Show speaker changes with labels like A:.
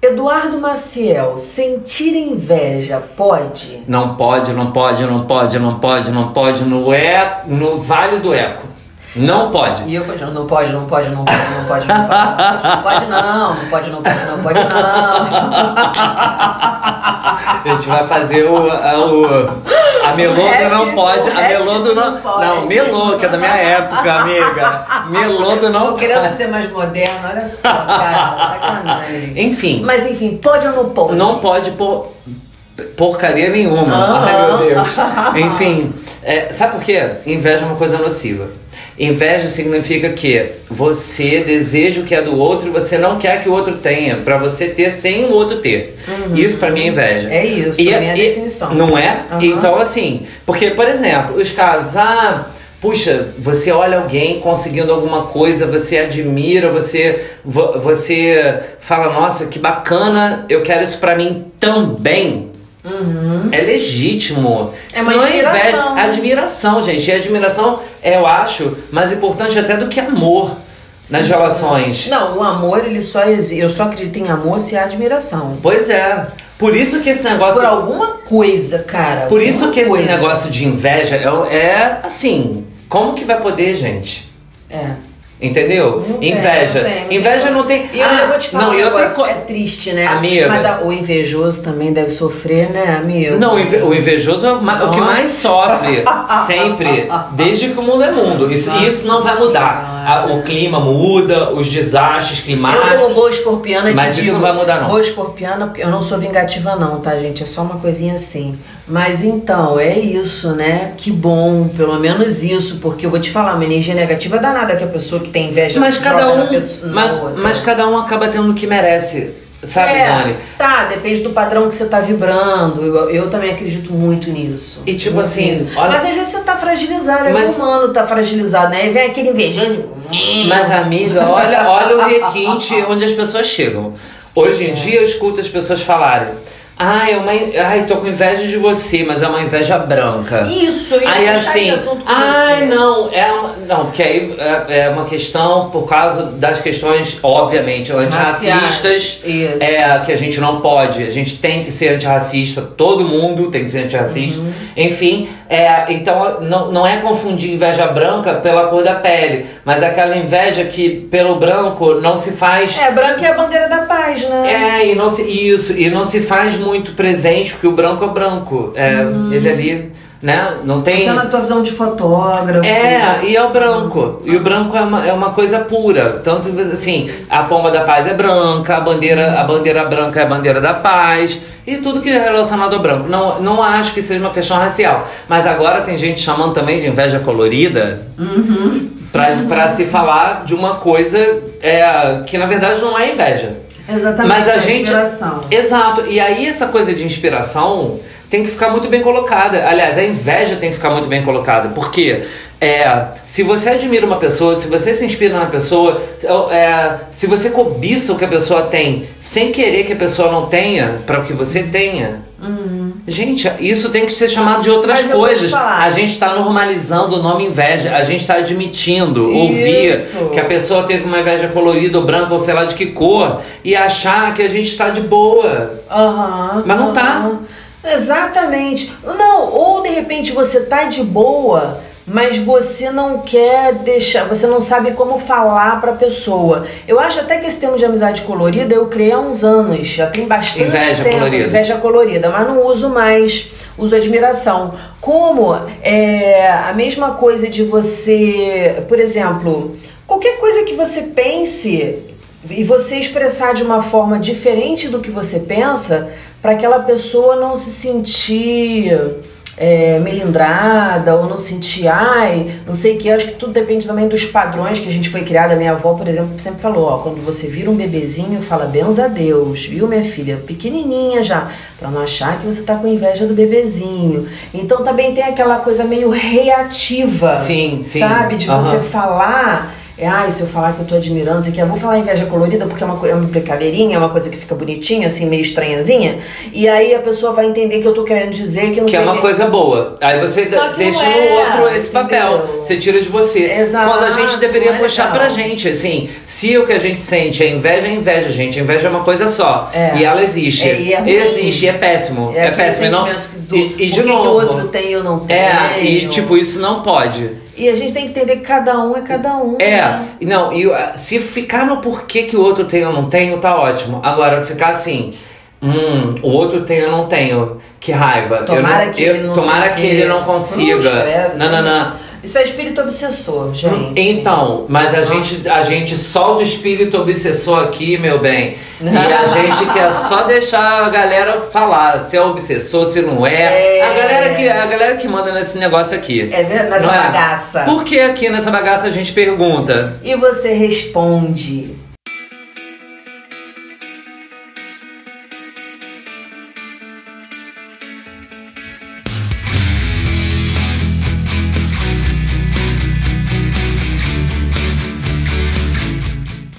A: Eduardo Maciel, sentir inveja pode?
B: Não pode, não pode, não pode, não pode, não pode, no, é, no Vale do Eco. Não pode.
A: E eu continuo, não pode, não pode, não pode, não pode, não pode, não pode, não pode, não pode, não pode, não. Pode, não.
B: A gente vai fazer o. a- o- a Melodo
A: rap-
B: não pode.
A: o
B: A
A: rap
B: Melodo
A: não
B: não.
A: pode.
B: Não, Melô, que é da minha época, amiga. Melodo não.
A: Tô querendo ser mais moderno, olha só, cara, sacanagem.
B: Enfim.
A: Mas enfim, pode ou não pode?
B: Não pode por porcaria nenhuma.
A: Aham.
B: Ai, meu Deus. Enfim, é, sabe por quê? Inveja é uma coisa nociva. Inveja significa que você deseja o que é do outro e você não quer que o outro tenha, pra você ter sem o outro ter. Isso pra mim é inveja.
A: É isso, pra mim é a definição.
B: Não é?
A: Aham.
B: Então, assim, porque, por exemplo, os casos, ah, puxa, você olha alguém conseguindo alguma coisa, você admira, você, vo- você fala, nossa, que bacana, eu quero isso pra mim também.
A: Uhum.
B: É legítimo.
A: É uma
B: Isso não
A: admiração,
B: inveja.
A: né?
B: Admiração, gente. E admiração, é, eu acho, mais importante até do que amor nas relações.
A: Não, o amor, ele só existe. Eu só acredito em amor se há admiração.
B: Pois é. Por isso que esse negócio.
A: Por alguma coisa, cara.
B: Assim. Por isso
A: alguma
B: que esse
A: coisa.
B: negócio de inveja é, é, assim, como que vai poder, gente?
A: É.
B: Entendeu?
A: Não tem,
B: inveja.
A: não tem, não
B: inveja
A: tem.
B: não tem. Ah,
A: E olha, eu vou te falar
B: não,
A: um
B: e outra
A: negócio, é
B: coisa.
A: triste, né?
B: Amiga.
A: Mas a- o invejoso também deve sofrer, né, amigo?
B: Não, o inve- o invejoso é o ma- o que mais sofre sempre, desde que o mundo é mundo. Isso,
A: Nossa
B: isso não vai mudar. A-
A: Senhora.
B: o clima muda, os desastres climáticos.
A: Eu, como boa escorpiana, te
B: Mas isso
A: digo,
B: não vai mudar, não.
A: Boa escorpiana, porque eu não sou vingativa, não, tá, gente? É só uma coisinha assim. Mas então, é isso, né? Que bom, pelo menos isso, porque eu vou te falar, uma energia negativa é danada que a pessoa que tem inveja
B: Mas
A: joga
B: cada
A: na
B: um,
A: pessoa- na
B: mas,
A: outra.
B: mas cada um acaba tendo o que merece, sabe,
A: é,
B: Dani?
A: Tá, depende do padrão que você tá vibrando. Eu, eu também acredito muito nisso.
B: E tipo
A: Muito
B: assim,
A: nisso.
B: olha-
A: Mas às vezes você tá fragilizado, é mas...
B: Mas-
A: humano, tá fragilizado, né? E vem aquele "Hum, invejoso.
B: Mas, amiga, olha, olha o requinte onde as pessoas chegam. Hoje
A: É.
B: em dia eu escuto as pessoas falarem: Ai, é uma in- ai, tô com inveja de você, mas é uma inveja branca.
A: Isso, eu ia
B: Aí
A: puxar
B: assim,
A: esse assunto com
B: ai
A: você.
B: não, é uma, não, porque aí é, é uma questão por causa das questões, obviamente, antirracistas,
A: Isso.
B: é, que a gente não pode, a gente tem que ser antirracista, todo mundo tem que ser antirracista, enfim, é, então não, não é confundir inveja branca pela cor da pele, mas é aquela inveja que pelo branco não se faz
A: É, branco é a bandeira da paz, né?
B: é, e não se, isso, e não se faz muito presente, porque o branco é branco. É, Ele ali, né? Não tem.
A: Você na tua visão de fotógrafo.
B: É, e é o branco. E o branco é uma, é uma coisa pura. Tanto assim, a pomba da paz é branca, a bandeira, a bandeira branca é a bandeira da paz. E tudo que é relacionado ao branco. Não, não acho que seja uma questão racial. Mas agora tem gente chamando também de inveja colorida pra, pra se falar de uma coisa é, que na verdade não é inveja.
A: Exatamente.
B: Mas a
A: é
B: gente-
A: inspiração.
B: Exato. E aí essa coisa de inspiração tem que ficar muito bem colocada. Aliás, a inveja tem que ficar muito bem colocada. Porque é, se você admira uma pessoa, se você se inspira na pessoa, é, se você cobiça o que a pessoa tem sem querer que a pessoa não tenha, para o que você tenha. Gente, isso tem que ser chamado de outras
A: Uhum. Mas eu vou te
B: coisas.
A: falar.
B: A gente está normalizando o nome inveja. A gente está admitindo ouvir
A: Isso.
B: que a pessoa teve uma inveja colorida ou branca ou sei lá de que cor e achar que a gente está de boa.
A: Aham.
B: Mas não tá.
A: aham. Exatamente. Não, ou de repente você tá de boa, mas você não quer deixar, você não sabe como falar pra pessoa. Eu acho até que esse termo de amizade colorida eu criei há uns anos, já tem bastante
B: Inveja
A: tempo.
B: colorida.
A: Inveja colorida, mas não uso mais. Uso admiração. Como é a mesma coisa de você, por exemplo, qualquer coisa que você pense e você expressar de uma forma diferente do que você pensa, para aquela pessoa não se sentir é, melindrada ou não sentir, ai, não sei o que. Acho que tudo depende também dos padrões que a gente foi criada. Minha avó, por exemplo, sempre falou: ó, quando você vira um bebezinho, fala benza a Deus, viu, minha filha? Pequenininha já, pra não achar que você tá com inveja do bebezinho. Então também tem aquela coisa meio reativa
B: Sim, sim.
A: sabe? De
B: Aham.
A: você falar É, ai, se eu falar que eu tô admirando, sei que eu vou falar inveja colorida porque é uma, co- é uma brincadeirinha, é uma coisa que fica bonitinha, assim, meio estranhazinha. E aí a pessoa vai entender que eu tô querendo dizer que não
B: Que é
A: sei o
B: uma
A: quê.
B: coisa boa. Aí você
C: Só que
B: deixa
C: não
B: no
C: é,
B: outro esse papel.
A: entendeu?
B: Você tira de você.
A: Exato,
B: Quando a gente deveria
A: não é
B: puxar
A: legal.
B: pra gente, assim, se o que a gente sente é inveja, é inveja, gente. A inveja é uma coisa só.
A: É.
B: E ela existe.
A: É, e é ruim.
B: existe, e é péssimo. É,
A: aquele
B: péssimo. e não-
A: sentimento que do,
B: e, e de
A: por que
B: novo.
A: que o outro tem e eu não tenho.
B: É, e tipo, isso não pode.
A: E a gente tem que entender que cada um é cada um. né?
B: É, não, e ah, se ficar no porquê que o outro tem ou não tenho, tá ótimo. Agora, ficar assim, hum, o outro tem ou não tenho, que raiva. Eu
A: Tomara
B: não-
A: que
B: eu-
A: ele não
B: tomara
A: se-
B: que ele não
A: Hum,
B: consiga.
A: credo.
B: Não, não, não.
A: Isso é espírito obsessor, gente.
B: Então, mas a
A: Nossa.
B: gente, a gente solta o espírito obsessor aqui, meu bem. E a gente quer só deixar a galera falar se é obsessor, se não é.
A: É.
B: A, galera que, a galera que manda nesse negócio aqui.
A: É verdade, nessa
B: Não é?
A: bagaça.
B: Por que aqui nessa bagaça a gente pergunta?
A: E você responde.